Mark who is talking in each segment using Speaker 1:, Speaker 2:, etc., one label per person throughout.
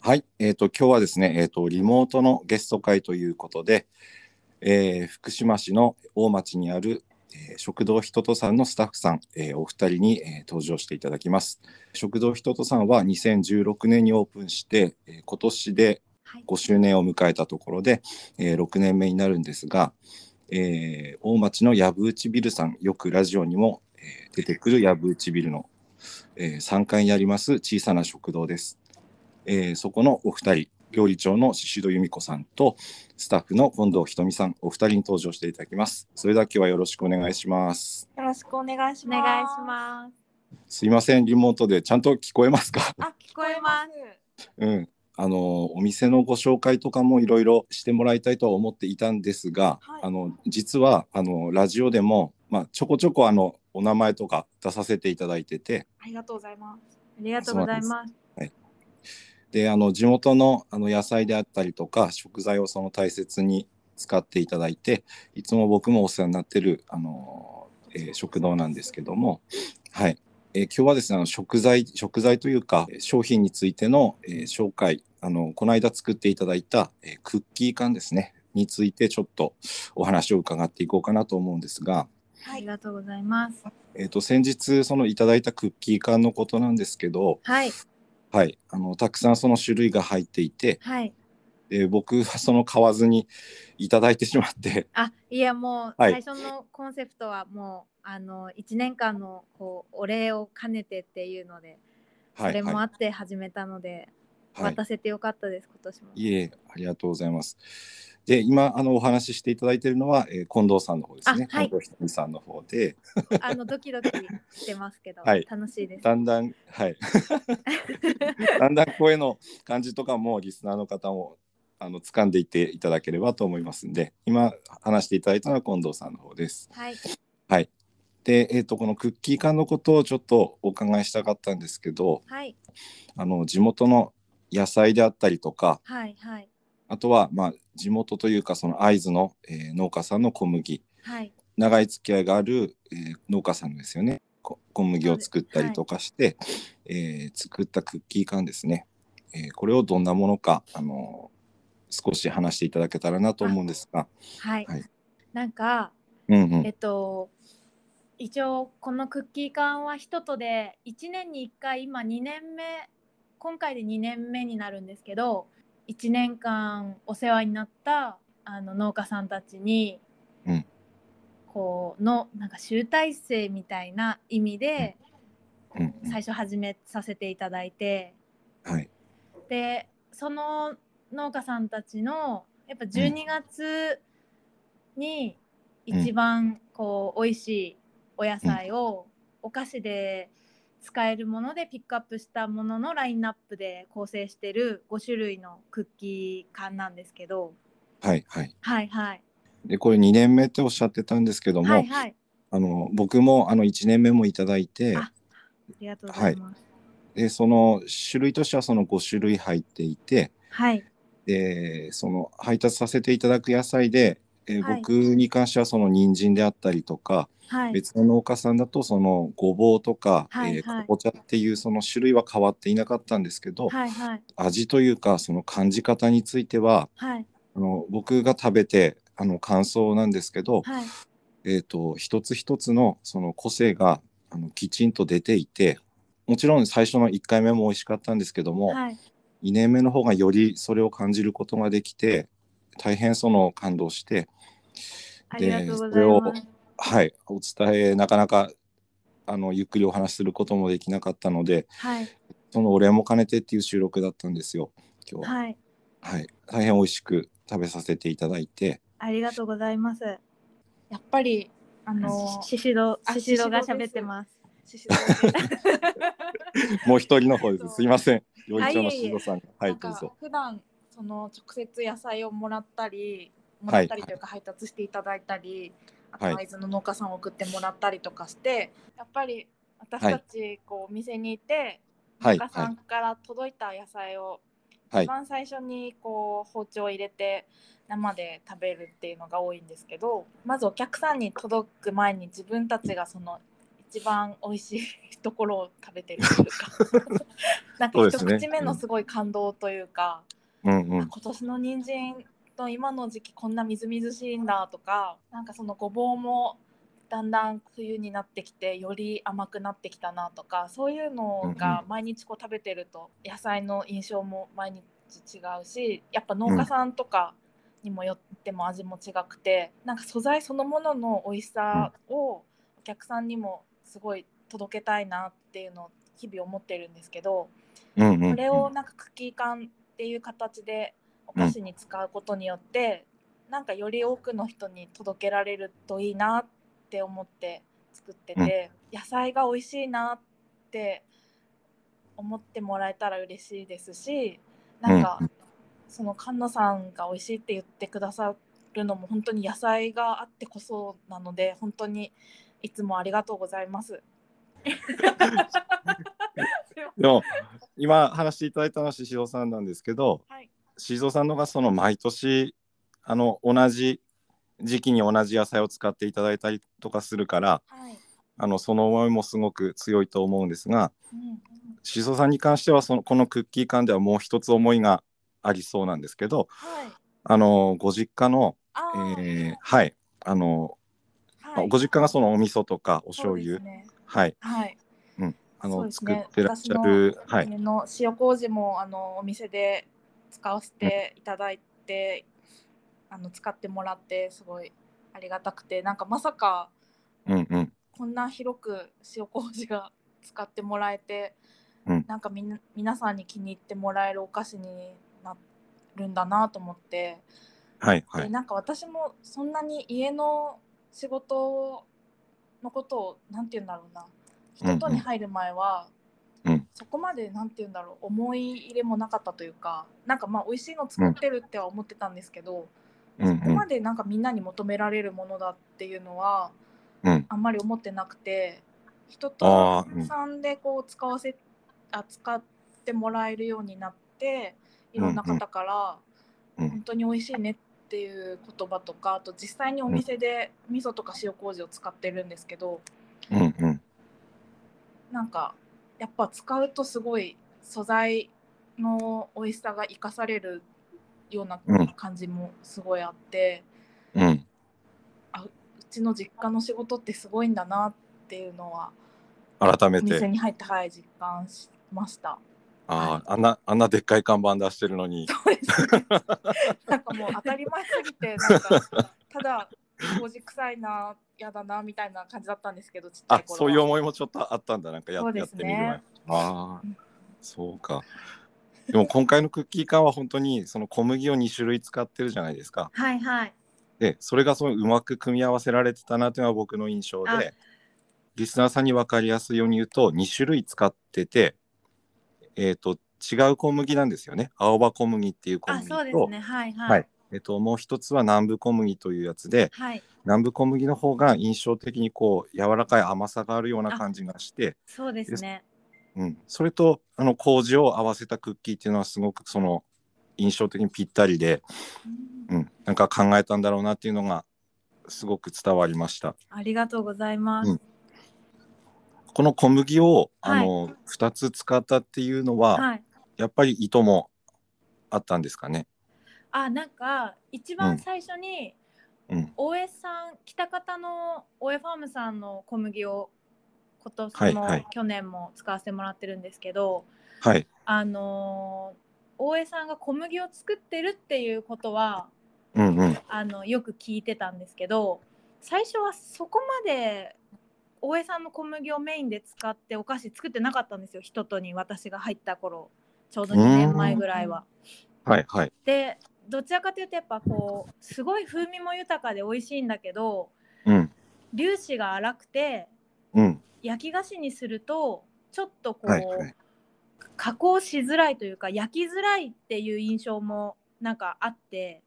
Speaker 1: はい、えー、と今日はですね、えー、とリモートのゲスト会ということで、えー福島市の大町にある、えー食堂ひととさんのスタッフさん、えーお二人に、えー登場していただきます食堂ひととさんは2016年にオープンして、えー今年で
Speaker 2: はい
Speaker 1: 5周年を迎えたところで、えー6年目になるんですが、えー大町の藪内ビルさんよくラジオにも、えー出てくる藪内ビルの、え3階にあります小さな食堂です、えーそこのお二人料理長の宍戸由美子さんとスタッフの近藤ひとみさんお二人に登場していただきますそれでは今日はよろしくお願いします
Speaker 3: よろしくお願いし
Speaker 2: お
Speaker 3: ます。
Speaker 2: 願いします。
Speaker 1: すいませんリモートでちゃんと聞こえますか
Speaker 2: あ、聞こえます。
Speaker 1: うん、あのお店のご紹介とかもいろいろしてもらいたいとは思っていたんですが、
Speaker 3: はい
Speaker 1: あの実はあのラジオでも、まあ、ちょこちょこあのお名前とか出させていただいてて
Speaker 3: ありがとうございます。
Speaker 2: ありがとうございます。
Speaker 1: であの地元のあの野菜であったりとか食材をその大切に使っていただいていつも僕もお世話になってるあの、えー食堂なんですけども、はいえー今日はですねあの食材食材というかえー商品についての、えー紹介あのこの間作っていただいた、えークッキー缶ですねについてちょっとお話を伺っていこうかなと思うんですが、
Speaker 2: あ
Speaker 3: は
Speaker 2: り
Speaker 3: い。
Speaker 2: がとうございます。
Speaker 1: えー、と先日そのいただいたクッキー缶のことなんですけど、
Speaker 2: はい、
Speaker 1: はい、あのたくさんその種類が入っていて、
Speaker 2: はい。
Speaker 1: で僕はその買わずにいただいてしまって
Speaker 2: あ、いや、もう、
Speaker 1: はい
Speaker 2: 最初のコンセプトはもう、あの、一年間の、こう、お礼を兼ねてっていうので。それもあ
Speaker 1: は
Speaker 2: って始めたので、
Speaker 1: いはい、
Speaker 2: 渡せてよかったです、今年も。
Speaker 1: いえいえありがとうございますで今あのお話ししていただいているのは、えー近藤さんの方ですね、
Speaker 2: あはい
Speaker 1: 近藤ひとみさんの方で
Speaker 2: あの、ドキドキしてますけど、
Speaker 1: はい
Speaker 2: 楽しいです。
Speaker 1: だんだんはい だんだん声の感じとかもリスナーの方もあの掴んでいっていただければと思いますんで今話していただいたのは近藤さんの方です
Speaker 2: はい、
Speaker 1: で、えー、とこのクッキー缶のことをちょっとお伺いしたかったんですけど
Speaker 2: はい、
Speaker 1: あの地元の野菜であったりとか
Speaker 2: はい、はい、
Speaker 1: あとは、まあ、地元というかその会津の、えー農家さんの小麦
Speaker 2: はい、
Speaker 1: 長い付き合いがある、えー農家さんですよねこ小麦を作ったりとかして、えー作ったクッキー缶ですね、えーこれをどんなものか、あのー少し話していただけたらなと思うんですが、
Speaker 2: はい
Speaker 1: はい。
Speaker 2: なんか、
Speaker 1: うんう
Speaker 2: えっ
Speaker 1: ん、
Speaker 2: と一応このクッキー缶はひととで1年に1回今2年目今回で2年目になるんですけど1年間お世話になったあの農家さんたちに、
Speaker 1: うん
Speaker 2: こうのなんか集大成みたいな意味で
Speaker 1: うんうん
Speaker 2: 最初始めさせていただいて、
Speaker 1: はい
Speaker 2: でその農家さんたちのやっぱ12月に
Speaker 1: うん
Speaker 2: 一番こう美味しいお野菜をお菓子で使えるものでピックアップしたもののラインナップで構成してる5種類のクッキー缶なんですけど
Speaker 1: はいはい
Speaker 2: はいはい
Speaker 1: でこれ2年目っておっしゃってたんですけども、
Speaker 2: はいはい
Speaker 1: あの僕もあの1年目もいただいて
Speaker 2: あありがとうございます
Speaker 1: でその種類としてはその5種類入っていて、
Speaker 2: はい
Speaker 1: でその配達させていただく野菜で、えー
Speaker 2: はい
Speaker 1: 僕に関してはその人参であったりとか、
Speaker 2: はい
Speaker 1: 別の農家さんだとそのごぼうとか、
Speaker 2: はい
Speaker 1: えー
Speaker 2: はい
Speaker 1: かぼちゃっていうその種類は変わっていなかったんですけど、
Speaker 2: はいはい
Speaker 1: 味というかその感じ方については
Speaker 2: はい
Speaker 1: あの僕が食べてあの感想なんですけど、
Speaker 2: はい
Speaker 1: えー、と一つ一つのその個性があのきちんと出ていてもちろん最初の1回目も美味しかったんですけども、
Speaker 2: はい
Speaker 1: 2年目の方がよりそれを感じることができて大変その感動して
Speaker 2: ありがとうご
Speaker 1: そ
Speaker 2: ざ
Speaker 1: れ
Speaker 2: い
Speaker 1: を
Speaker 2: ます
Speaker 1: はいお伝えなかなかあのゆっくりお話しすることもできなかったので
Speaker 2: はい
Speaker 1: そのお礼も兼ねてっていう収録だったんですよ今日は、
Speaker 2: はい
Speaker 1: はい、大変美味しく食べさせていただいて
Speaker 2: ありがとうございます
Speaker 3: やっぱりあの
Speaker 2: シシド
Speaker 3: あ
Speaker 2: シシドが
Speaker 3: シシドで
Speaker 2: 喋
Speaker 3: す
Speaker 2: ってます
Speaker 3: シシド
Speaker 1: もう一人の方で
Speaker 3: そう
Speaker 1: すすいません料
Speaker 2: あ
Speaker 1: 理
Speaker 2: い
Speaker 1: 長
Speaker 2: えいえ
Speaker 1: の静子さんがは
Speaker 3: ないん
Speaker 1: どう
Speaker 3: か
Speaker 1: ぞ
Speaker 3: 普段その直接野菜をもらったりもらったりというか配達していただいたり、
Speaker 1: はい
Speaker 3: あと会津の農家さんを送ってもらったりとかしてやっぱり私たちこうお店にいて、
Speaker 1: はい
Speaker 3: 農家さんから届いた野菜を
Speaker 1: はい
Speaker 3: 一番最初にこう包丁を入れて生で食べるっていうのが多いんですけどまずお客さんに届く前に自分たちがその一番美味しいところを食べてるという かなんか一口目のすごい感動というか
Speaker 1: うんうん
Speaker 3: 今年の人参の今の時期こんなみずみずしいんだとかなんかそのごぼうもだんだん冬になってきてより甘くなってきたなとかそういうのが毎日こう食べてると野菜の印象も毎日違うしやっぱ農家さんとかにもよっても味も違くてなんか素材そのものの美味しさをお客さんにもすごい届けたいなっていうのを日々思ってるんですけど。
Speaker 1: うんうんうん
Speaker 3: これをなんかクッキー缶っていう形でお菓子に使うことによって、なんかより多くの人に届けられるといいなって思って作ってて、野菜が美味しいなって思ってもらえたら嬉しいですしなんか、
Speaker 1: う
Speaker 3: その菅野さんが美味しいって言ってくださるのも本当に野菜があってこそなので本当にいつもありがとうございます。
Speaker 1: でも今話していただいたのは宍戸さんなんですけど
Speaker 3: はい、
Speaker 1: 宍戸さんのがその毎年あの同じ時期に同じ野菜を使っていただいたりとかするから
Speaker 3: はい
Speaker 1: あのその思いもすごく強いと思うんですが
Speaker 3: うん
Speaker 1: 宍戸さんに関してはそのこのクッキー缶ではもう一つ思いがありそうなんですけど
Speaker 3: はい
Speaker 1: あのご実家の、
Speaker 3: あ
Speaker 1: え
Speaker 3: ー
Speaker 1: ーはいあの、
Speaker 3: はい
Speaker 1: ご実家がそのお味噌とかお醤
Speaker 3: そう
Speaker 1: 油、
Speaker 3: ですね
Speaker 1: はい
Speaker 3: はい。
Speaker 1: あ
Speaker 3: そう
Speaker 1: の、
Speaker 3: です
Speaker 1: 作
Speaker 3: ね
Speaker 1: ってらっしゃるは
Speaker 3: あ
Speaker 1: い
Speaker 3: の塩麹もあのお店で使わせていただいて、あの使ってもらってすごいありがたくてなんかまさか
Speaker 1: うんうん
Speaker 3: こんな広く塩麹が使ってもらえて、
Speaker 1: うん
Speaker 3: なんかみんな皆さんに気に入ってもらえるお菓子になるんだなと思って。
Speaker 1: はいは
Speaker 3: で
Speaker 1: い
Speaker 3: なんか私もそんなに家の仕事のことをなんて言うんだろうな
Speaker 1: うんうん
Speaker 3: 人とに入る前は、
Speaker 1: うん
Speaker 3: そこまでなんて言うんだろう思い入れもなかったというかなんかまあ美味しいの作ってるっては思ってたんですけど、
Speaker 1: うんう
Speaker 3: そこま
Speaker 1: ん
Speaker 3: でなんかみんなに求められるものだっていうのは
Speaker 1: うん
Speaker 3: あんまり思ってなくて人
Speaker 1: あ
Speaker 3: と
Speaker 1: ーうん
Speaker 3: さんでこう使わせあ使ってもらえるようになっていろんな方から
Speaker 1: うんうん
Speaker 3: 本当に美味しいねっていう言葉とかあと実際にお店で味噌とか塩麹を使ってるんですけど
Speaker 1: うんうん
Speaker 3: なんかやっぱ使うとすごい素材の美味しさが生かされるような
Speaker 1: うん
Speaker 3: 感じもすごいあって
Speaker 1: うん
Speaker 3: うちの実家の仕事ってすごいんだなっていうのは
Speaker 1: 改
Speaker 3: お
Speaker 1: め
Speaker 3: 店
Speaker 1: て
Speaker 3: に入ってはい実感しました。
Speaker 1: あーあんなあんなでっかい看板出してるのに
Speaker 3: そうですねなんかもう当たり前すぎてなんかただ麹臭いな嫌だなみたいな感じだったんですけどちっちゃ
Speaker 1: あ
Speaker 3: い頃は
Speaker 1: そういう思いもちょっとあったんだなんかや,、
Speaker 3: そうで
Speaker 1: やっ
Speaker 3: す
Speaker 1: て
Speaker 3: ね
Speaker 1: みる前ああ
Speaker 3: うん
Speaker 1: そうかでも今回のクッキー缶は本当にその小麦を2種類使ってるじゃないですか
Speaker 2: はいはい
Speaker 1: でそれがそううまく組み合わせられてたなというのは僕の印象
Speaker 2: あ
Speaker 1: でリスナーさんに分かりやすいように言うと2種類使ってて、えー、と違う小麦なんですよね青葉小麦っていう小
Speaker 2: あ
Speaker 1: 麦
Speaker 2: そうです
Speaker 1: と、
Speaker 2: ねはいはい
Speaker 1: はいえー、ともう一つは南部小麦というやつで
Speaker 2: はい
Speaker 1: 南部小麦の方が印象的にこう柔らかい甘さがあるような感じがして、
Speaker 2: そうですね
Speaker 1: うん、それとあの麹を合わせたクッキーっていうのはすごくその印象的にぴったりで、
Speaker 3: うん
Speaker 1: うん、なんか考えたんだろうなっていうのがすごく伝わりました。
Speaker 2: ありがとうございます、
Speaker 1: うんこの小麦を、
Speaker 2: はい
Speaker 1: あの2つ使ったっていうのは、
Speaker 2: はい
Speaker 1: やっぱり意図もあったんですかね。
Speaker 2: あなんか一番最初に
Speaker 1: うん
Speaker 2: 大江さん北方の大江ファームさんの小麦を今
Speaker 1: は
Speaker 2: 年
Speaker 1: い
Speaker 2: も、
Speaker 1: はい
Speaker 2: 去年も使わせてもらってるんですけど
Speaker 1: はい。
Speaker 2: あのー大江さんが小麦を作ってるっていうことは
Speaker 1: うんうん。
Speaker 2: あのよく聞いてたんですけど最初はそこまで大江さんの小麦をメインで使ってお菓子作ってなかったんですよ人とに私が入った頃ちょうど2年前ぐらいは。
Speaker 1: はいはい。
Speaker 2: でどちらかというとやっぱこうすごい風味も豊かで美味しいんだけど
Speaker 1: うん
Speaker 2: 粒子が粗くて
Speaker 1: うん。
Speaker 2: 焼き菓子にするとちょっとこう、
Speaker 1: はいはい。
Speaker 2: 加工しづらいというか焼きづらいっていう印象もなんかあって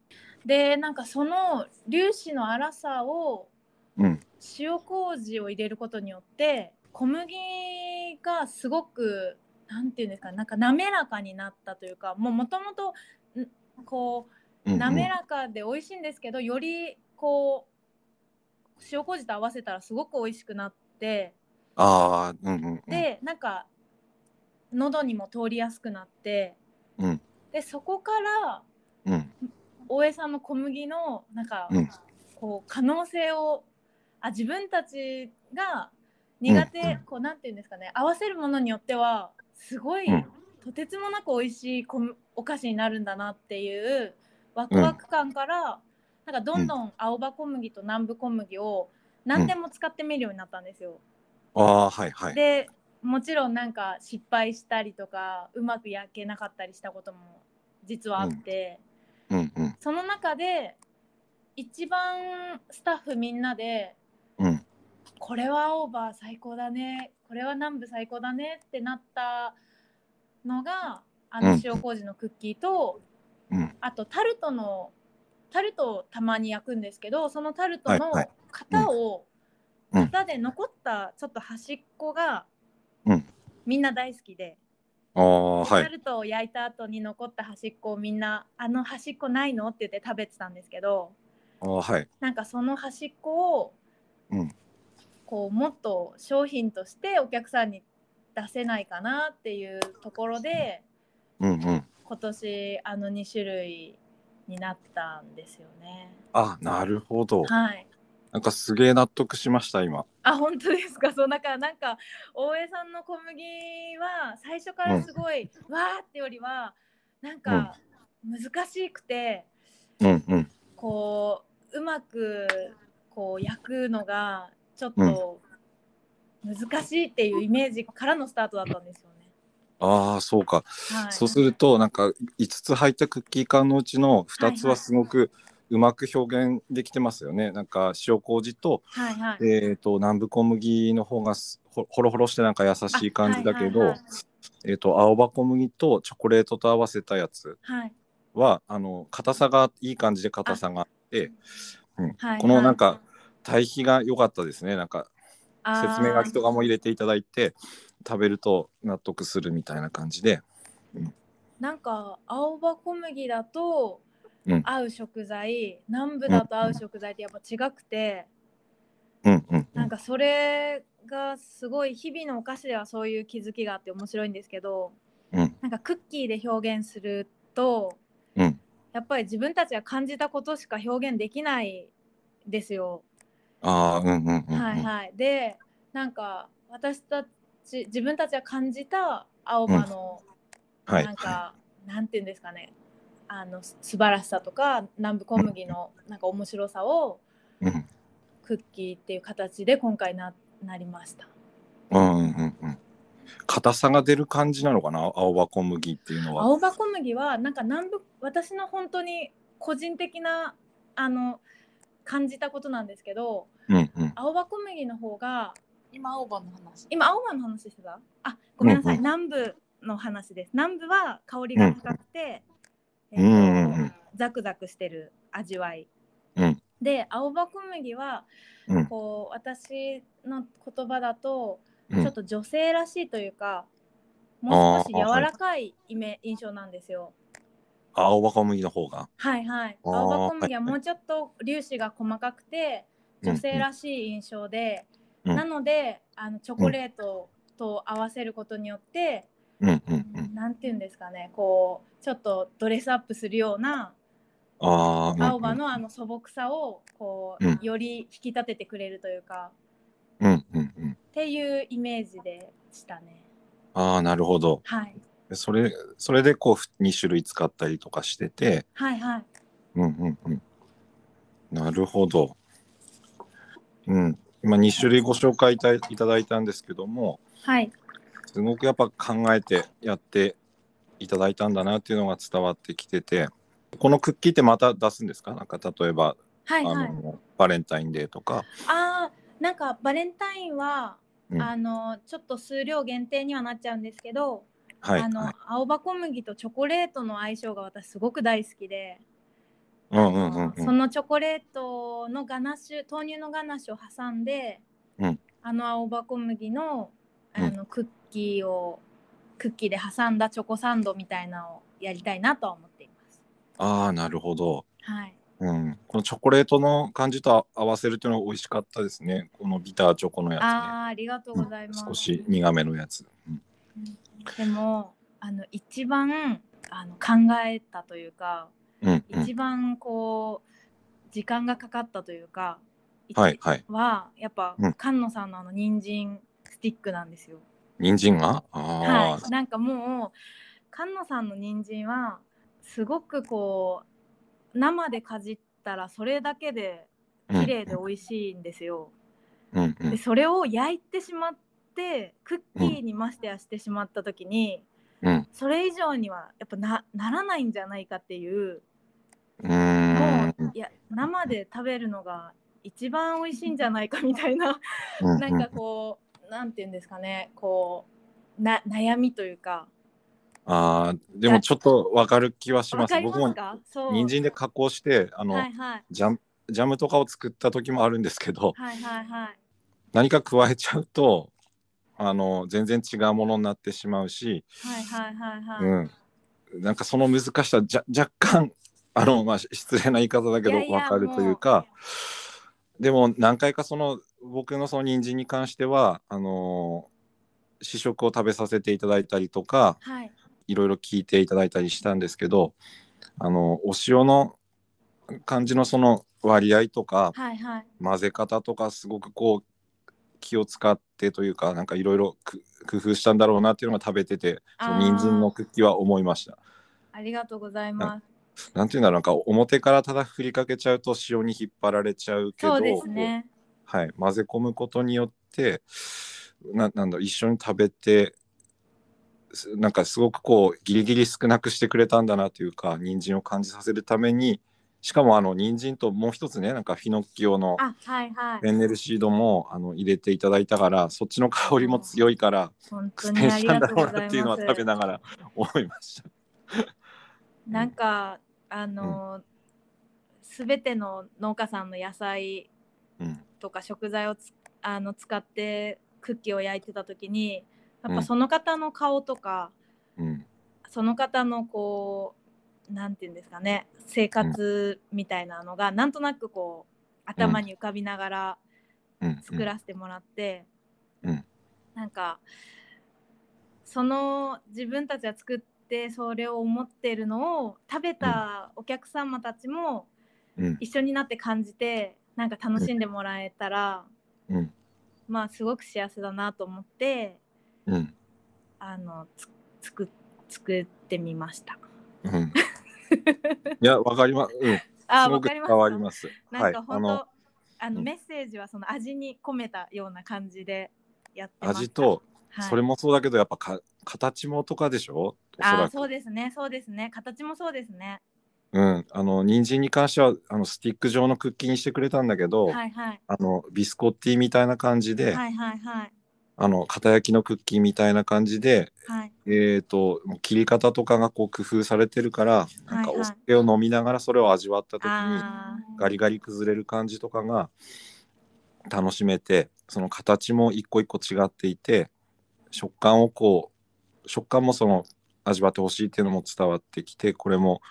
Speaker 2: でなんかその粒子の粗さを
Speaker 1: うん
Speaker 2: 塩麹を入れることによって小麦がすごくなんていうんですかなんか滑らかになったというかもうもともとんこう
Speaker 1: うんうん
Speaker 2: 滑らかで美味しいんですけどよりこう塩麹と合わせたらすごく美味しくなって
Speaker 1: ああ、うんうんうん。
Speaker 2: でなんか喉にも通りやすくなって、
Speaker 1: うん
Speaker 2: でそこから
Speaker 1: うん、
Speaker 2: 大江さんの小麦のなんか、
Speaker 1: うん
Speaker 2: こう可能性をあ自分たちが苦手、
Speaker 1: うんうん
Speaker 2: こうなんていうんですかね合わせるものによってはすごい、
Speaker 1: うん
Speaker 2: とてつもなく美味しいこむお菓子になるんだなっていうワクワク感から、なんかどんどん青葉小麦と南部小麦を何でも使ってみるようになったんですよ。
Speaker 1: ああはいはい。
Speaker 2: でもちろんなんか失敗したりとかうまく焼けなかったりしたことも実はあって、
Speaker 1: うんうん
Speaker 2: その中で一番スタッフみんなで
Speaker 1: うん
Speaker 2: これはオーバー最高だねこれは南部最高だねってなったのがあ
Speaker 1: う
Speaker 2: の
Speaker 1: ん
Speaker 2: 塩麹のクッキーと、
Speaker 1: うん
Speaker 2: あとタルトのタルトをたまに焼くんですけどそのタルト
Speaker 1: は
Speaker 2: の
Speaker 1: いはい
Speaker 2: 型を、
Speaker 1: うん
Speaker 2: 型で残ったちょっと端っこが、
Speaker 1: うん
Speaker 2: みんな大好きで、
Speaker 1: ああは
Speaker 2: タ
Speaker 1: い。
Speaker 2: ルトを焼いた後に残った端っこをみんな「あの端っこないの?」って言って食べてたんですけど
Speaker 1: ああはい。
Speaker 2: なんかその端っこを、
Speaker 1: うん
Speaker 2: こうもっと商品としてお客さんに出せないかなっていうところで
Speaker 1: うんうん。
Speaker 2: 今年あの2種類になったんですよね。
Speaker 1: あなるほど。
Speaker 2: はい
Speaker 1: なんかすげえ納得しました今。
Speaker 2: あ本当ですか そうだからなんか大江さんの小麦は最初からすごい、わーってよりはなんか難しくて、
Speaker 1: うんうん
Speaker 2: こううまくこう焼くのがちょっと難しいっていうイメージからのスタートだったんですよね。
Speaker 1: ああそうか。
Speaker 2: はい、
Speaker 1: そうするとなんか5つ入ったクッキー缶のうちの2つはすごくうまく表現できてますよね。なんか塩麹と,、
Speaker 2: はいはい、
Speaker 1: えー、と南部小麦の方がすほほろほろしてなんか優しい感じだけど、
Speaker 2: あはいはい
Speaker 1: えー、と青葉小麦とチョコレートと合わせたやつ
Speaker 2: はい
Speaker 1: はあの硬さがいい感じで硬さがあって、うん
Speaker 2: はい
Speaker 1: このなんか対比が良かったですねなんか
Speaker 2: あー
Speaker 1: 説明書きとかも入れていただいて食べると納得するみたいな感じで
Speaker 2: なんか青葉小麦だと
Speaker 1: うん
Speaker 2: 合う食材、南部だと合う食材ってやっぱ違くて、
Speaker 1: うんうんう
Speaker 2: なん
Speaker 1: ん
Speaker 2: かそれがすごい日々のお菓子ではそういう気づきがあって面白いんですけど
Speaker 1: うん
Speaker 2: なんかクッキーで表現すると
Speaker 1: うん
Speaker 2: やっぱり自分たちが感じたことしか表現できないですよ。
Speaker 1: ああうんうんうんうん
Speaker 2: はいはい、でなんか私たち自分たちが感じた青葉の、
Speaker 1: はい
Speaker 2: なんか、なんていうんですかねあのす素晴らしさとか南部小麦のなんか面白さを
Speaker 1: うん
Speaker 2: クッキーっていう形で今回ななりました。
Speaker 1: うんうんうんうん硬さが出る感じなのかな青葉小麦っていうのは。
Speaker 2: 青葉小麦はなんか南部私の本当に個人的なあの感じたことなんですけど
Speaker 1: うんうん
Speaker 2: 青葉小麦の方が
Speaker 3: 今青葉の話
Speaker 2: 今青葉の話してたあごめんなさい、
Speaker 1: うん
Speaker 2: 南部の話です南部は香りが高くて、
Speaker 1: うん
Speaker 2: えっと
Speaker 1: うんうん
Speaker 2: ザクザクしてる味わい、
Speaker 1: うん
Speaker 2: で青葉小麦は
Speaker 1: うん
Speaker 2: こう私の言葉だと
Speaker 1: うん
Speaker 2: ちょっと女性らしいというか、もう少し
Speaker 1: あー
Speaker 2: 柔らかいイメ印象なんですよ
Speaker 1: 青葉小麦の方が。
Speaker 2: はいはい
Speaker 1: あー
Speaker 2: 青葉小麦はもうちょっと粒子が細かくて女性らしい印象で、
Speaker 1: うん
Speaker 2: なのであのチョコレートと合わせることによって、
Speaker 1: うんうんうん。
Speaker 2: なんていうんですかねこうちょっとドレスアップするような
Speaker 1: ああ。うんうん
Speaker 2: 青葉のあの素朴さをこう、
Speaker 1: うん
Speaker 2: より引き立ててくれるというか
Speaker 1: うんうんうん。
Speaker 2: っていうイメージでしたね。
Speaker 1: ああなるほど。
Speaker 2: はい、
Speaker 1: それそれでこう2種類使ったりとかしてて。
Speaker 2: はい、はい
Speaker 1: うんうんうん。なるほど。うん。今2種類ご紹介いたいただいたんですけども
Speaker 2: はい
Speaker 1: すごくやっぱ考えてやっていただいたんだなっていうのが伝わってきててこのクッキーってまた出すんですかなんか例えば、
Speaker 2: はいはい
Speaker 1: あのバレンタインデーとか。
Speaker 2: あーなんかバレンタインは、
Speaker 1: うん
Speaker 2: あのちょっと数量限定にはなっちゃうんですけど、
Speaker 1: はい。
Speaker 2: あの
Speaker 1: はい
Speaker 2: 青葉小麦とチョコレートの相性が私すごく大好きで、
Speaker 1: うんうんうんう
Speaker 2: そ
Speaker 1: ん。
Speaker 2: のチョコレートのガナッシュ豆乳のガナッシュを挟んで、
Speaker 1: うん
Speaker 2: あの青葉小麦の
Speaker 1: うん
Speaker 2: あのクッキーを、クッキーで挟んだチョコサンドみたいなのをやりたいなとは思っています。
Speaker 1: ああなるほど。
Speaker 2: はい、
Speaker 1: うん、このチョコレートの感じと合わせるっていうのが美味しかったですね。このビターチョコのやつね。
Speaker 2: ああ、ありがとうございます。
Speaker 1: 少し苦めのやつ。うん
Speaker 2: でもあの一番あの考えたという
Speaker 1: う
Speaker 2: か、
Speaker 1: んうん
Speaker 2: 一番こう時間がかかったというか、
Speaker 1: はいはい。
Speaker 2: はやっぱ、
Speaker 1: うん
Speaker 2: 菅野さんのあの人参スティックなんですよ。
Speaker 1: 人参があ
Speaker 2: はい、なんかもう菅野さんの人参はすごくこう生でかじったらそれだけで
Speaker 1: あ、うん
Speaker 2: 綺麗で美味しいんですよ。
Speaker 1: うんう
Speaker 2: で
Speaker 1: ん
Speaker 2: それを焼いてしまってクッキーにましてやしてしまった時に、
Speaker 1: うん
Speaker 2: それ以上にはやっぱなならないんじゃないかっていう
Speaker 1: うーん
Speaker 2: もういや生で食べるのが一番美味しいんじゃないかみたいな
Speaker 1: うん
Speaker 2: なんかこうなんて言うんですかねこうな悩みというか
Speaker 1: ああでもちょっとわかる気はし
Speaker 2: わ
Speaker 1: ます
Speaker 2: かり
Speaker 1: 僕
Speaker 2: ます
Speaker 1: も
Speaker 2: かそう
Speaker 1: 人参で加工してあの、
Speaker 2: はいはい
Speaker 1: ジャムジャムとかを作った時もあるんですけど
Speaker 2: はいはいはい
Speaker 1: 何か加えちゃうとあの全然違うものになってしまうし、
Speaker 2: はいはいはいはい、
Speaker 1: うん、なんかその難しさじゃ若干あの、まあ、失礼な言い方だけど
Speaker 2: いやいや
Speaker 1: わかるというかでも何回かその僕のその人参に関してはあの試食を食べさせていただいたりとか
Speaker 2: はい
Speaker 1: いろいろ聞いていただいたりしたんですけどあのお塩の感じのその割合とか
Speaker 2: はいはい
Speaker 1: 混ぜ方とかすごくこう気を使ってというかなんかいろいろく工夫したんだろうなっていうのが食べててその人参のクッキーは思いました。
Speaker 2: ありがとうございます
Speaker 1: なんていうんだろうなんか表からただ振りかけちゃうと塩に引っ張られちゃうけど
Speaker 2: そうですね
Speaker 1: はい、混ぜ込むことによってななんだろう一緒に食べてすなんかすごくこうギリギリ少なくしてくれたんだなというか人参を感じさせるためにしかもあの人参ともう一つねなんかヒノキオの
Speaker 2: あはいはい
Speaker 1: エンネルシードもあの入れていただいたからそっちの香りも強いから
Speaker 2: 本当
Speaker 1: 苦
Speaker 2: に
Speaker 1: 戦
Speaker 2: あ
Speaker 1: し
Speaker 2: り
Speaker 1: たん
Speaker 2: が
Speaker 1: だ
Speaker 2: とうご
Speaker 1: ろ
Speaker 2: ざ
Speaker 1: うな
Speaker 2: いま
Speaker 1: っ
Speaker 2: す
Speaker 1: ていうのは食べながら思いました。
Speaker 2: なんかあのすべ、全ての農家さんの野菜
Speaker 1: うん
Speaker 2: とか食材をつあの使ってクッキーを焼いてた時にやっ
Speaker 1: う
Speaker 2: ぱ
Speaker 1: ん
Speaker 2: その方の顔とか、
Speaker 1: うん
Speaker 2: その方のこうなんて言うんですかね生活みたいなのが、なんとなくこう頭に浮かびながら
Speaker 1: うん
Speaker 2: 作らせてもらって、
Speaker 1: うん
Speaker 2: なんかその自分たちが作ってそれを思ってるのを食べたお客様たちも
Speaker 1: うん
Speaker 2: 一緒になって感じてなんか楽しんでもらえたら、
Speaker 1: うん
Speaker 2: まあすごく幸せだなと思って
Speaker 1: うん
Speaker 2: あのつ作作ってみました。
Speaker 1: うん、いやわかります、うん、す
Speaker 2: あ
Speaker 1: ご
Speaker 2: わ
Speaker 1: く
Speaker 2: かり
Speaker 1: 伝
Speaker 2: ま
Speaker 1: わり
Speaker 2: す
Speaker 1: ます。
Speaker 2: なんか本当、
Speaker 1: はい、
Speaker 2: あの
Speaker 1: うん
Speaker 2: メッセージはその味に込めたような感じでやって
Speaker 1: あ
Speaker 2: ま
Speaker 1: の
Speaker 2: した
Speaker 1: 味と、
Speaker 2: はい
Speaker 1: それもそうだけどやっぱか形もとかでしょおそ
Speaker 2: あ
Speaker 1: ら
Speaker 2: ー
Speaker 1: く
Speaker 2: そうですねそうですね形もそうですね
Speaker 1: うんあの人参に関してはあのスティック状のクッキーにしてくれたんだけど、
Speaker 2: はいはい
Speaker 1: あのビスコッティみたいな感じで、
Speaker 2: はいはいはい
Speaker 1: あの片焼きのクッキーみたいな感じで、
Speaker 2: はい
Speaker 1: えー、ともう切り方とかがこう工夫されてるからなんか
Speaker 2: はいは
Speaker 1: お
Speaker 2: い
Speaker 1: 酒を飲みながらそれを味わった時に、
Speaker 2: あ
Speaker 1: ガリガリ崩れる感じとかが楽しめてその形も一個一個違っていて食感をこう食感もその味わってほしいっていうのも伝わってきてこれも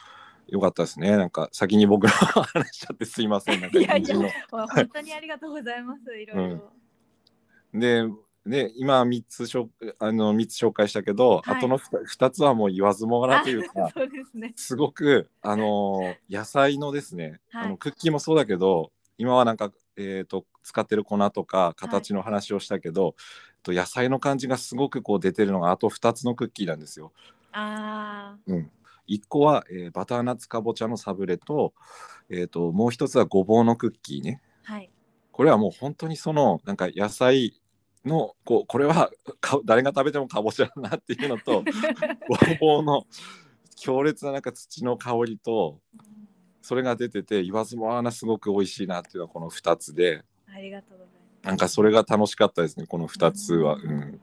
Speaker 1: 良かったですねなんか先に僕ら話しちゃってすいませんなんか
Speaker 2: いやいや
Speaker 1: 人参の
Speaker 2: ー本当にありがとうございますいろいろ、
Speaker 1: うんでで今3つしょあの三つ紹介したけど、
Speaker 2: はい
Speaker 1: あとの 2, つはもう言わずもが
Speaker 2: あ
Speaker 1: なというか
Speaker 2: そうですね
Speaker 1: すごくあのー野菜のですね、
Speaker 2: はい
Speaker 1: あのクッキーもそうだけど今はなんか、えー、と使ってる粉とか形の話をしたけど、と野菜の感じがすごくこう出てるのがあと2つのクッキーなんですよ。
Speaker 2: あ
Speaker 1: 1個は、えーバターナッツかぼちゃのサブレと,、えー、ともう1つはごぼうのクッキーね。
Speaker 2: ーはい
Speaker 1: これはもう本当にそのなんか野菜のこうこれはか誰が食べてもかぼちゃだなっていうの とごぼうの強烈ななんか土の香りとそれが出てて言わずもあなすごく美味しいなっていうのはこの2つで
Speaker 2: ありがとうございます
Speaker 1: なんかそれが楽しかったですねこの2つは、うん、
Speaker 2: なん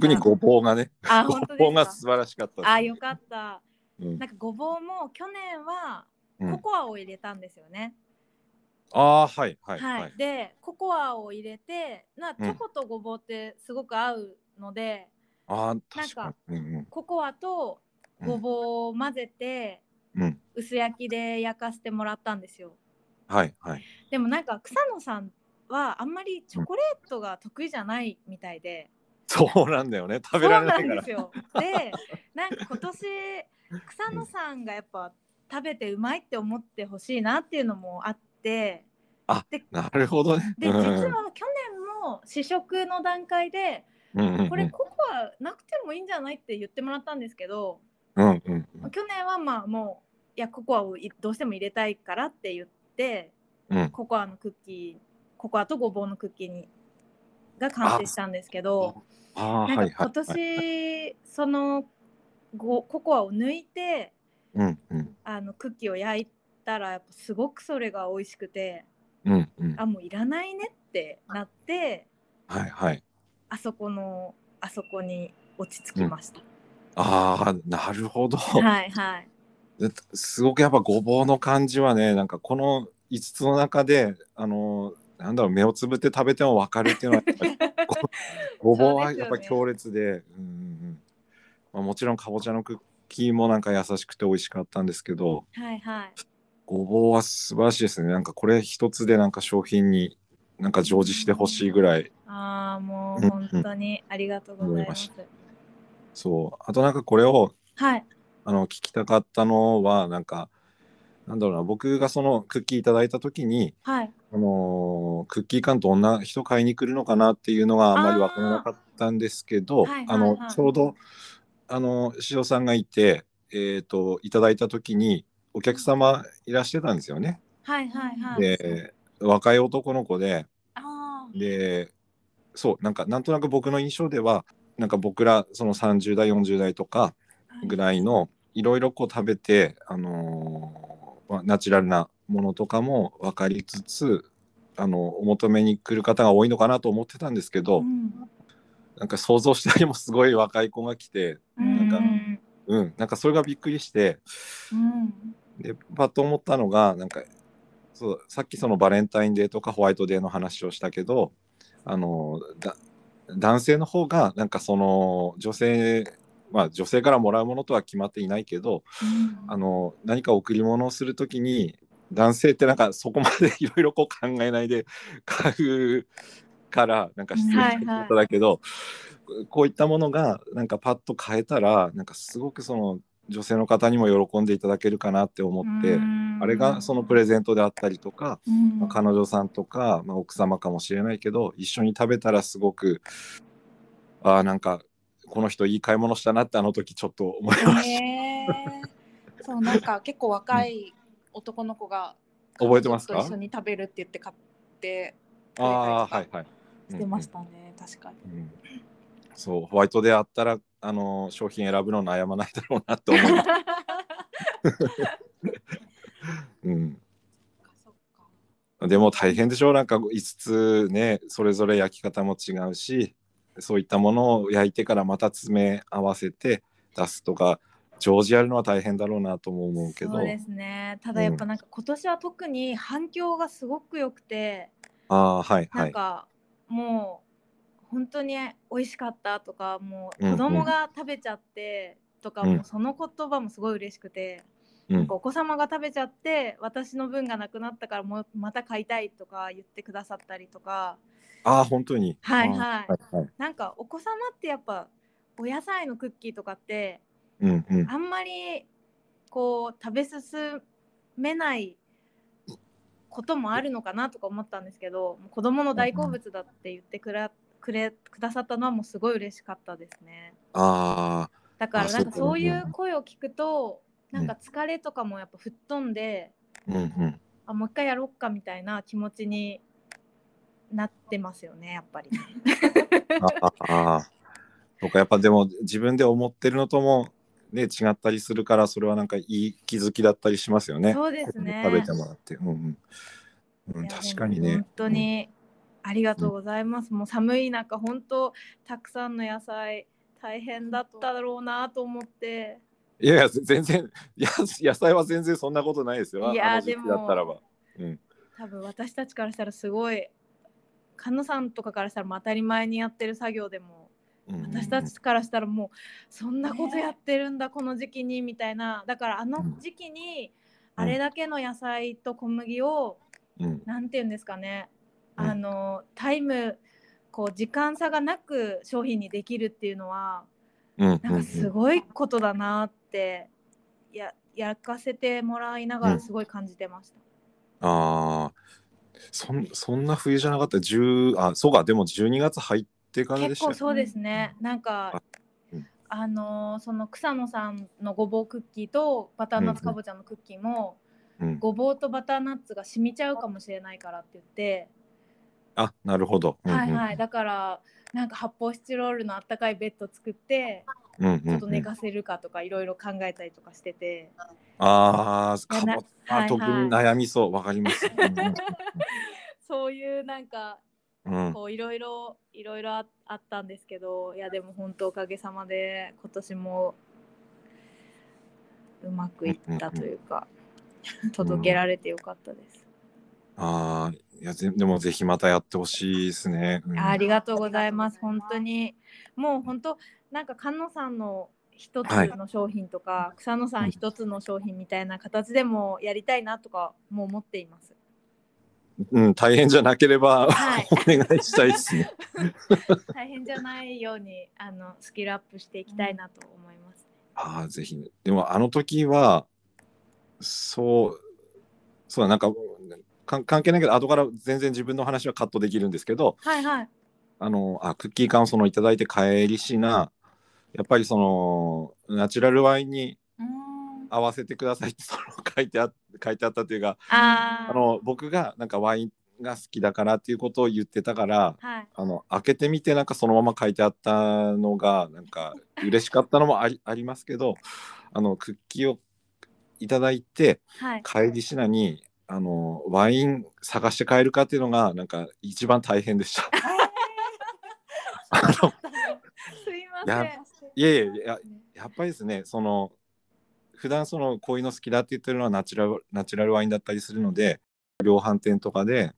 Speaker 1: 特にごぼうがね
Speaker 2: あ
Speaker 1: ご
Speaker 2: 本当
Speaker 1: ぼう
Speaker 2: で
Speaker 1: が
Speaker 2: す
Speaker 1: 素晴らしかった
Speaker 2: かあ
Speaker 1: です
Speaker 2: よかった
Speaker 1: うん
Speaker 2: なんかごぼうも去年は
Speaker 1: うん
Speaker 2: ココアを入れたんですよね、
Speaker 1: あーはいはい
Speaker 2: はい、
Speaker 1: はい
Speaker 2: でココアを入れてなチ
Speaker 1: うん
Speaker 2: ョコとごぼうってすごく合うので、
Speaker 1: あー確かにうん
Speaker 2: ココアとごぼうを混ぜて、
Speaker 1: うん
Speaker 2: 薄焼きで焼かせてもらったんですよ。
Speaker 1: はいはい。
Speaker 2: でもなんか草野さんはあんまりチョコレートが得意じゃないみたいで、
Speaker 1: そうなんだよね。食べられない
Speaker 2: そう
Speaker 1: か
Speaker 2: なん
Speaker 1: ら
Speaker 2: で。すよ。で、 なんか今年草野さんがやっぱ食べてうまいって思ってほしいなっていうのもあって、
Speaker 1: なるほどね。
Speaker 2: で
Speaker 1: う
Speaker 2: 実
Speaker 1: ん
Speaker 2: は去年も試食の段階で、
Speaker 1: うんうんうん
Speaker 2: これココアなくてもいいんじゃないって言ってもらったんですけど、
Speaker 1: うんうんうん
Speaker 2: 去年はまあもういやココアをいどうしても入れたいからって言って
Speaker 1: うん。
Speaker 2: ココアのクッキーココアとごぼうのクッキーにが完成したんですけど
Speaker 1: ああー
Speaker 2: な
Speaker 1: は
Speaker 2: んか
Speaker 1: いはい
Speaker 2: 今。年そのごココアを抜いて
Speaker 1: うんうん
Speaker 2: あのクッキーを焼いたらやっぱすごくそれが美味しくて
Speaker 1: うんうん。
Speaker 2: あもういらないねってなって
Speaker 1: はいはい。
Speaker 2: あそこのあそこに落ち着きました。
Speaker 1: ああなるほど。
Speaker 2: はいはい
Speaker 1: すごくやっぱごぼうの感じはねなんかこの5つの中であのなんだろう目をつぶって食べても分かるっていうのはやっぱり ごぼうはやっぱ強烈でうんうんうんまあ、もちろんかぼちゃのクッキーもなんか優しくて美味しかったんですけど
Speaker 2: はいはい。
Speaker 1: ごぼうは素晴らしいですねなんかこれ一つでなんか商品になんか常時してほしいぐらい
Speaker 2: ああもう
Speaker 1: うん
Speaker 2: 本当にありがとうございます。
Speaker 1: そうあとなんかこれを
Speaker 2: はい
Speaker 1: あの聞きたかったのはなんかなんだろうな僕がそのクッキーいただいた時に
Speaker 2: はい
Speaker 1: あのークッキー缶どんな人買いに来るのかなっていうのがあんまり分からなかったんですけど
Speaker 2: あーはいはい
Speaker 1: あの
Speaker 2: はい
Speaker 1: ちょうどあの塩さんがいて、えー、といただいた時にお客様いらしてたんですよね。
Speaker 2: はいはいはい。
Speaker 1: で若い男の子で
Speaker 3: あー
Speaker 1: でそうなんかなんとなく僕の印象ではなんか僕らその30代40代とか
Speaker 3: はい
Speaker 1: ぐらいのいろいろこう食べて、あのーまあナチュラルなものとかも分かりつつ、あのお求めに来る方が多いのかなと思ってたんですけど、
Speaker 2: うん
Speaker 1: なんか想像したよりもすごい若い子が来て、
Speaker 2: うん
Speaker 1: なんかうん、なんかそれがびっくりして
Speaker 3: うん
Speaker 1: でパッと思ったのがなんかそうさっきそのバレンタインデーとかホワイトデーの話をしたけど、あのーだ男性の方がなんかその女性まあ女性からもらうものとは決まっていないけど、あの何か贈り物をするときに男性ってなんかそこまでいろいろこう考えないで 買うからなんか失礼
Speaker 2: はい
Speaker 1: し
Speaker 2: はい
Speaker 1: ただけど、こういったものがなんかパッと変えたらなんかすごくその女性の方にも喜んでいただけるかなって思って、あれがそのプレゼントであったりとか、
Speaker 3: うん
Speaker 1: まあ彼女さんとか、まあ、奥様かもしれないけど一緒に食べたらすごくああんかこの人いい買い物したなってあの時ちょっと思いました。
Speaker 3: へーそうなんか結構若い男の子が
Speaker 1: 覚えてますか
Speaker 3: 彼女と一緒に食べるって言って買ってくれたり
Speaker 1: あ
Speaker 3: と
Speaker 1: あ
Speaker 3: か
Speaker 1: はいはい。
Speaker 3: してましたね、確かに。
Speaker 1: うんうん、うんそうホワイトであったらあの商品選ぶの悩まないだろうなと思い ます。うん。
Speaker 3: そっか
Speaker 1: でも大変でしょうなんか5つねそれぞれ焼き方も違うしそういったものを焼いてからまた詰め合わせて出すとか常時やるのは大変だろうなとも思うけど
Speaker 2: そうですね。ただやっぱなんか今年は特に反響がすごく良くて、
Speaker 1: ああはいは
Speaker 2: なん
Speaker 1: い。
Speaker 2: かもう本当に美味しかったとか、もう
Speaker 1: うんう
Speaker 2: 子
Speaker 1: ん
Speaker 2: 供が食べちゃってとか、
Speaker 1: うん
Speaker 2: もうその言葉もすごい嬉しくて、
Speaker 1: うん
Speaker 2: なんかお子様が食べちゃって私の分がなくなったからもうまた買いたいとか言ってくださったりとか、
Speaker 1: ああ本当に。
Speaker 2: はいは
Speaker 1: あー
Speaker 2: い
Speaker 1: はいはい。
Speaker 2: なんかお子様ってやっぱお野菜のクッキーとかって
Speaker 1: うんうん。
Speaker 2: あんまりこう食べ進めないこともあるのかなとか思ったんですけどもう子供の大好物だって言ってくらくれくださったのはもうすごい嬉しかったですね
Speaker 1: ああ
Speaker 2: だから
Speaker 1: あ
Speaker 2: なんか
Speaker 1: そうか
Speaker 2: そういう声を聞くと
Speaker 1: う
Speaker 2: なんんか疲れとかもやっぱ吹っ飛んで
Speaker 1: うんうん。
Speaker 2: あもう一回やろっかみたいな気持ちになってますよねやっ ぱり。
Speaker 1: ああとかやっぱでも自分で思ってるのともね違ったりするからそれはなんかいい気づきだったりしますよね。
Speaker 2: そうですね
Speaker 1: 食べてもらって、うんうん、う
Speaker 2: い
Speaker 1: ん、
Speaker 2: や
Speaker 1: 確かにね。
Speaker 2: でも本当にありがとうございます。もう寒い中、本当たくさんの野菜大変だっただろうなと思って。
Speaker 1: うん。いやいや全然いや野菜は全然そんなことないですよ。
Speaker 2: いやー
Speaker 1: あの時期だったらば。うん、
Speaker 2: 多分私たちからしたらすごい、菅野さんとかからしたらもう当たり前にやってる作業でも
Speaker 1: うんうんうん
Speaker 2: 私たちからしたらもうそんなことやってるんだこの時期にみたいなだからあの時期に
Speaker 1: うん
Speaker 2: あれだけの野菜と小麦を
Speaker 1: うん
Speaker 2: なんて言うんですかね
Speaker 1: うん
Speaker 2: あのタイムこう時間差がなく商品にできるっていうのは
Speaker 1: うん
Speaker 2: なんかすごいことだなってややかせてもらいながらすごい感じてました。
Speaker 1: ああそんそんな冬じゃなかった10あそうかでも12月入ってからでし
Speaker 2: 結
Speaker 1: た
Speaker 2: 構
Speaker 1: ね
Speaker 2: そうですね、なんか、
Speaker 1: うん
Speaker 2: あのーその草野さんのごぼうクッキーとバターナッツかぼちゃのクッキーも、
Speaker 1: うん、
Speaker 2: ごぼうとバターナッツが染みちゃうかもしれないからって言って、
Speaker 1: あなるほど、うんうん、
Speaker 2: はいはいだからなんか発泡スチロールのあったかいベッド作って
Speaker 1: うんうんうん
Speaker 2: ちょっと寝かせるかとかいろいろ考えたりとかしてて、
Speaker 1: ああ
Speaker 2: いや
Speaker 1: か
Speaker 2: な
Speaker 1: ぼあ、
Speaker 2: はい
Speaker 1: 特に悩みそうわかり ます
Speaker 2: そういうなんか
Speaker 1: うんうん、うん
Speaker 2: こういろいろいろいろああったんですけどいやでも本当おかげさまで今年もうまくいったというか、届けられてよかったです、
Speaker 1: ああ、いや、ぜでもぜひまたやってほしいですね。うん
Speaker 2: ありがとうございます本当にもう本当なんか菅野さんの一つの商品とか、草野さん一つの商品みたいな形でもやりたいなとかもう思っています。
Speaker 1: うん、大変じゃなければ、
Speaker 2: はい
Speaker 1: お願いしたいですね。
Speaker 2: 大変じゃないようにあのスキルアップしていきたいなと思います。
Speaker 1: ああ、ぜひ。でも、あの時は、そう、そうだ、なんか、かん関係ないけど、後から全然自分の話はカットできるんですけど、
Speaker 2: はいはい。
Speaker 1: あの、あ、クッキー感想のいただいて帰りしな、やっぱりその、ナチュラルワインに
Speaker 3: うん
Speaker 1: 合わせてくださいってその書いてあ書いてあったというか、
Speaker 2: あー
Speaker 1: あの、僕がなんかワインが好きだからっていうことを言ってたから、
Speaker 2: はい。
Speaker 1: あの開けてみてなんかそのまま書いてあったのがなんか嬉しかったのもありありますけどあのクッキーをいただいて
Speaker 2: はい。
Speaker 1: 帰りしなにあのワイン探して帰るかっていうのがなんか一番大変でした。あの
Speaker 2: すいま
Speaker 1: や
Speaker 2: せん。
Speaker 1: いやいやいややっぱりですねその普段そのこういうの好きだって言ってるのはナチュラルナチュラルワインだったりするので量販店とかで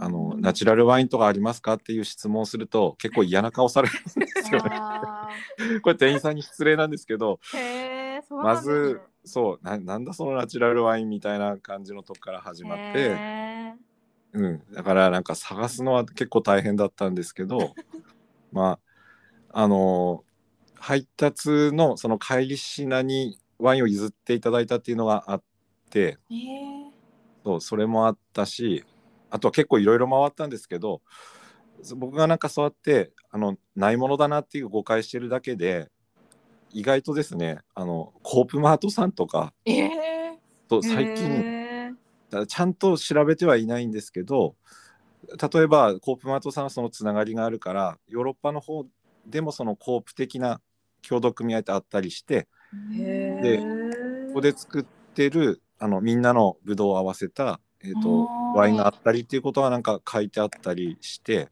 Speaker 1: あのナチュラルワインとかありますかっていう質問をすると結構嫌な顔されるんですよね。
Speaker 3: あ
Speaker 1: これ店員さんに失礼なんですけど
Speaker 2: へえ、そうな
Speaker 1: ま
Speaker 2: んです
Speaker 1: ずそうななんだそのナチュラルワインみたいな感じのとこから始まって、
Speaker 2: へ
Speaker 1: うん、だからなんか探すのは結構大変だったんですけどまああのー配達のその帰り品にワインを譲っていただいたっていうのがあって
Speaker 3: ーえ
Speaker 1: そうそれもあったしあとは結構いろいろ回ったんですけどそ僕がなんかそうやってあのないものだなっていう誤解してるだけで意外とですねあのコープマートさんとか
Speaker 3: ー、え
Speaker 1: と
Speaker 2: ー
Speaker 1: 最近
Speaker 2: へー
Speaker 1: だちゃんと調べてはいないんですけど例えばコープマートさんはそのつながりがあるからヨーロッパの方でもそのコープ的な共同組合ってあったりして
Speaker 3: ー、
Speaker 2: へ
Speaker 1: で
Speaker 2: ー
Speaker 1: ここで作ってるあのみんなのぶどうを合わせた、えー、と
Speaker 3: あー
Speaker 1: ワインがあったりっていうことがなんか書いてあったりして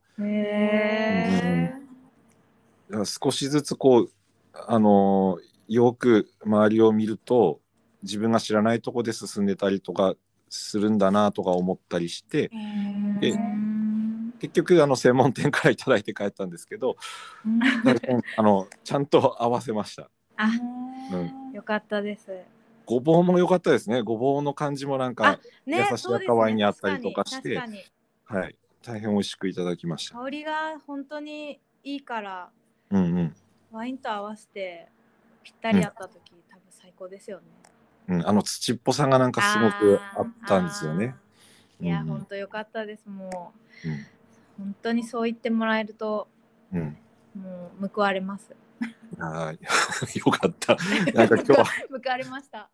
Speaker 2: へ
Speaker 1: だから少しずつこうあのーよく周りを見ると自分が知らないとこで進んでたりとかするんだなとか思ったりして
Speaker 3: え
Speaker 1: で
Speaker 2: ーうん
Speaker 1: 結局あの専門店からいただいて帰ったんですけ どだからあのちゃんと合わせました
Speaker 2: あ、
Speaker 1: ん
Speaker 2: よかったです。
Speaker 1: ごぼうも良かったですねごぼうの感じもなんか
Speaker 2: ね、
Speaker 1: 優しい
Speaker 2: そうですね
Speaker 1: 赤ワインにあったりとかして
Speaker 2: 確かに確か
Speaker 1: はい大変美味しくいただきました
Speaker 2: に香りが本当にいいから、
Speaker 1: うん
Speaker 2: ワインと合わせてぴったり合った時、多分最高ですよね。
Speaker 1: うんうんあの土っぽさがなんかすごくあったんですよね
Speaker 2: あー。いや、
Speaker 1: うん
Speaker 2: 本当良かったです。もう、
Speaker 1: うん
Speaker 2: 本当にそう言ってもらえると、
Speaker 1: うん
Speaker 2: もう報われます。
Speaker 1: あー よかったなんか今日は
Speaker 2: 報われました。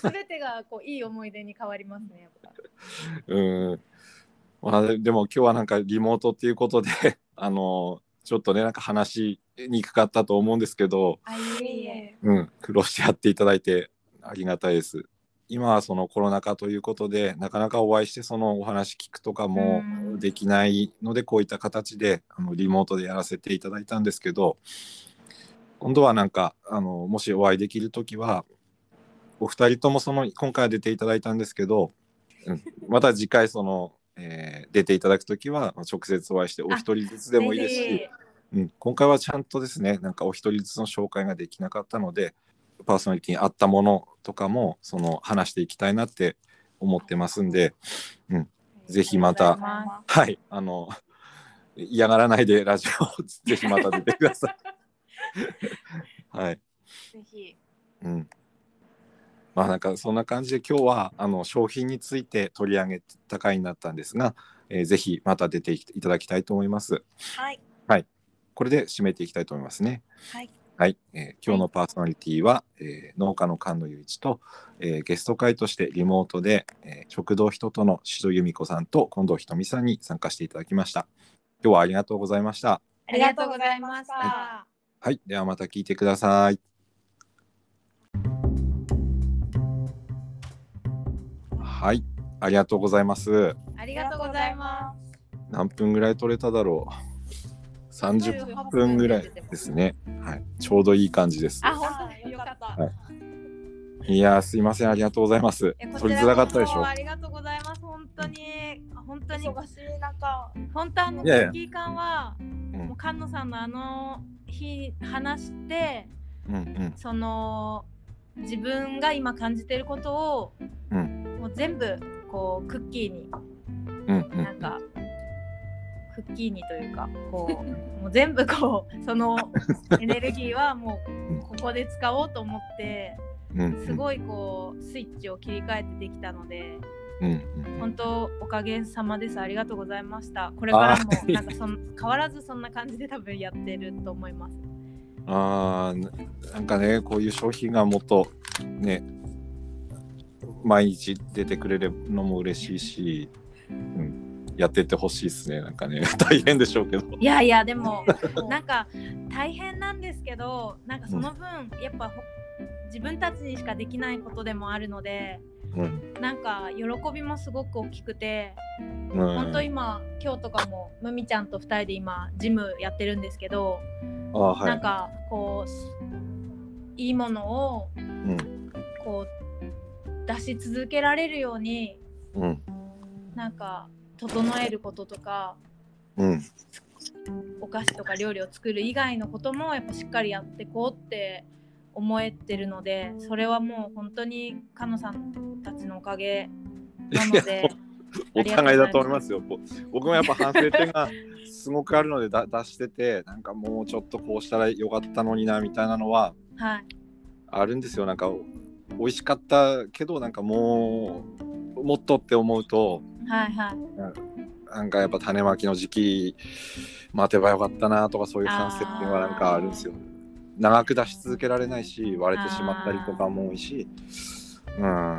Speaker 2: すべてがこういい思い出に変わりますね。やっぱ
Speaker 1: うん。まあ、でも今日はなんかリモートっていうことで、 あの、ちょっとね、なんか話しにくかったと思うんですけど、
Speaker 2: あ、いえ
Speaker 3: ー、
Speaker 2: い
Speaker 3: いえ
Speaker 2: え。
Speaker 1: うん、苦労してやっていただいてありがたいです。今はそのコロナ禍ということで、なかなかお会いしてそのお話聞くとかも
Speaker 2: うん
Speaker 1: できないので、こういった形であのリモートでやらせていただいたんですけど、今度はなんか、あの、もしお会いできるときは、お二人ともその今回は出ていただいたんですけど、うんまた次回その、えー出ていただくときはまあ直接お会いしてお一人ずつでもいいです
Speaker 2: ぜ
Speaker 1: し
Speaker 2: ひ
Speaker 1: うん、今回はちゃんとですねなんかお一人ずつの紹介ができなかったのでパーソナリティに合ったものとかもその話していきたいなって思ってますんでぜひまた
Speaker 3: ありがとうございます
Speaker 1: はいあの嫌がらないでラジオをぜひまた出てください。はい
Speaker 3: ぜひ。
Speaker 1: うんまあなんかそんな感じで今日はあの商品について取り上げた回になったんですが、えーぜひまた出ていただきたいと思います。
Speaker 3: はい。
Speaker 1: これで締めていきたいと思いますね。
Speaker 3: はい。
Speaker 1: はい、えー今日のパーソナリティは、えー農家の菅野雄一と、えーゲスト会としてリモートで、えー食堂人との志戸由美子さんと近藤ひとみさんに参加していただきました。今日はありがとうございました。
Speaker 2: ありがとうございました
Speaker 3: はい
Speaker 1: はい、ではまた聞いてください。はい、ありがとうございます。
Speaker 2: あ
Speaker 3: あ。
Speaker 2: りがとうございます
Speaker 1: 何分ぐらい取れただろう。30分ぐらいですね。はい、ちょうどいい感じです。
Speaker 2: あ
Speaker 3: あ、
Speaker 2: 本当
Speaker 3: 本当
Speaker 2: に
Speaker 3: に
Speaker 2: よ
Speaker 3: よ
Speaker 2: か
Speaker 3: か
Speaker 2: っ
Speaker 3: ったた。
Speaker 1: いやー、すいません、ありがとうございます
Speaker 2: いや。こ
Speaker 1: 取
Speaker 2: ち
Speaker 1: りづ
Speaker 2: ら
Speaker 1: ら
Speaker 2: こそ
Speaker 1: かったでしょ
Speaker 2: あ。りがとうございます。本当に、本当に、
Speaker 3: 忙しい中、
Speaker 2: 本当あの、
Speaker 1: い
Speaker 2: ク
Speaker 1: やいや
Speaker 2: ッキー缶は、もう菅野さんのあの日話して、
Speaker 1: うん、うん、
Speaker 2: その自分が今感じてることを、
Speaker 1: うん
Speaker 2: もう全部こうクッキーに
Speaker 1: うん、うん、う
Speaker 2: なんんか、クッキーにというかこ うもう全部こうそのエネルギーはも
Speaker 1: うん
Speaker 2: うここで使おうと思って
Speaker 1: うん、
Speaker 2: すごいこうスイッチを切り替えてできたので
Speaker 1: うん、うん、
Speaker 2: 本当おかげさまですありがとうございましたこれからも
Speaker 1: あー
Speaker 2: なんかそん変わらずそんな感じで多分やってると思います
Speaker 1: ああ、ななんかね、こういう商品がもっと、ね。毎日出てくれるのも嬉しいし。うん、やってってほしいですね、なんかね、 大変でしょうけど。
Speaker 2: いやいやで もなん か
Speaker 3: か
Speaker 2: 大変なんですけどなんかその分やっぱほ自分たちにしかできないことでもあるので
Speaker 1: うん、
Speaker 2: なんか喜びもすごく大きくて
Speaker 1: う
Speaker 2: 本
Speaker 1: ん、
Speaker 2: 当今今日とかもむみちゃんと2人で今ジムやってるんですけど、
Speaker 1: ああ、は
Speaker 2: なん
Speaker 1: い。
Speaker 2: かこうすいいものを
Speaker 1: うん、
Speaker 2: こう出し続けられるように
Speaker 1: うん、
Speaker 2: なんか整えることとか
Speaker 1: うん、
Speaker 2: お菓子とか料理を作る以外のこともやっぱしっかりやってこうって思えてるのでそれはもう本当にかのさんたちのおかげなの
Speaker 1: い
Speaker 2: で
Speaker 1: や お互いだと思いますよ。ぼ僕もやっぱ反省点がすごくあるのでだ出してて、なんかもうちょっとこうしたらよかったのになみたいなのは
Speaker 2: はい
Speaker 1: あるんですよなんか美味しかったけどなんかもうもっとって思うと
Speaker 2: はいはい
Speaker 1: なんかやっぱ種まきの時期待てばよかったなとかそういう反省点はなんかあるんですよ長く出し続けられないし割れてしまったりとかも多いし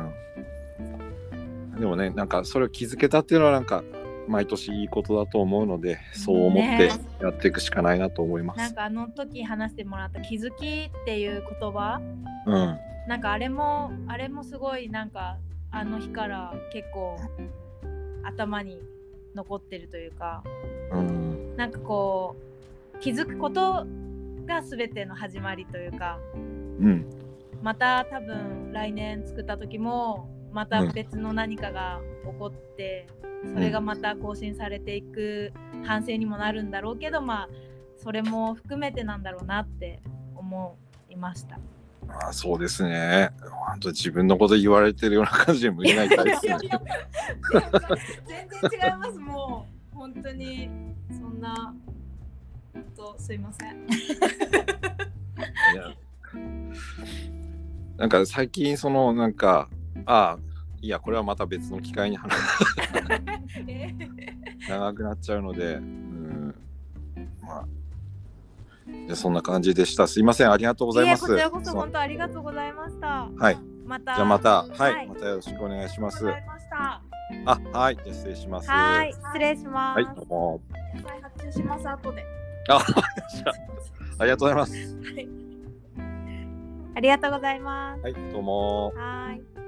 Speaker 1: うんでもねなんかそれを気づけたっていうのはなんか毎年いいことだと思うのでそう思って
Speaker 2: ね
Speaker 1: やっていくしかないなと思いま
Speaker 2: なん
Speaker 1: す、
Speaker 2: かあの時話してもらった気づきっていう言葉
Speaker 1: うん
Speaker 2: なんかあれもあれもすごいなんかあの日から結構頭に残ってるというか
Speaker 1: うん
Speaker 2: なんかこう気づくことが全ての始まりというか
Speaker 1: うん
Speaker 2: また多分来年作った時もまた別の何かが起こって、それがまた更新されていく反省にもなるんだろうけどまあそれも含めてなんだろうなって思いました。
Speaker 1: まあそうですね本当自分のこと言われてるような感じで無理ないタイプですね
Speaker 2: 全然違いますもう本当にそんな本当すいません
Speaker 1: いやなんか最近そのなんかああいやこれはまた別の機会に話長くなっちゃうのでうんまあじゃあそんな感じでしたすいませんありがとうございます
Speaker 2: えこちらこそ
Speaker 1: そ
Speaker 2: 本当ありがとうございました
Speaker 1: はい
Speaker 2: また
Speaker 1: じゃあまたはい、
Speaker 2: はい
Speaker 1: またよろしくお願いし
Speaker 2: ありが
Speaker 1: ま
Speaker 2: と
Speaker 1: す
Speaker 2: うございました
Speaker 1: あはいじゃあ失礼します
Speaker 2: はい失礼しま
Speaker 1: はい
Speaker 2: す、
Speaker 1: どうも
Speaker 3: 野菜発注します後で。
Speaker 1: あ じゃあありがとうございます
Speaker 2: ありがとうございます
Speaker 1: はいどうも
Speaker 2: はい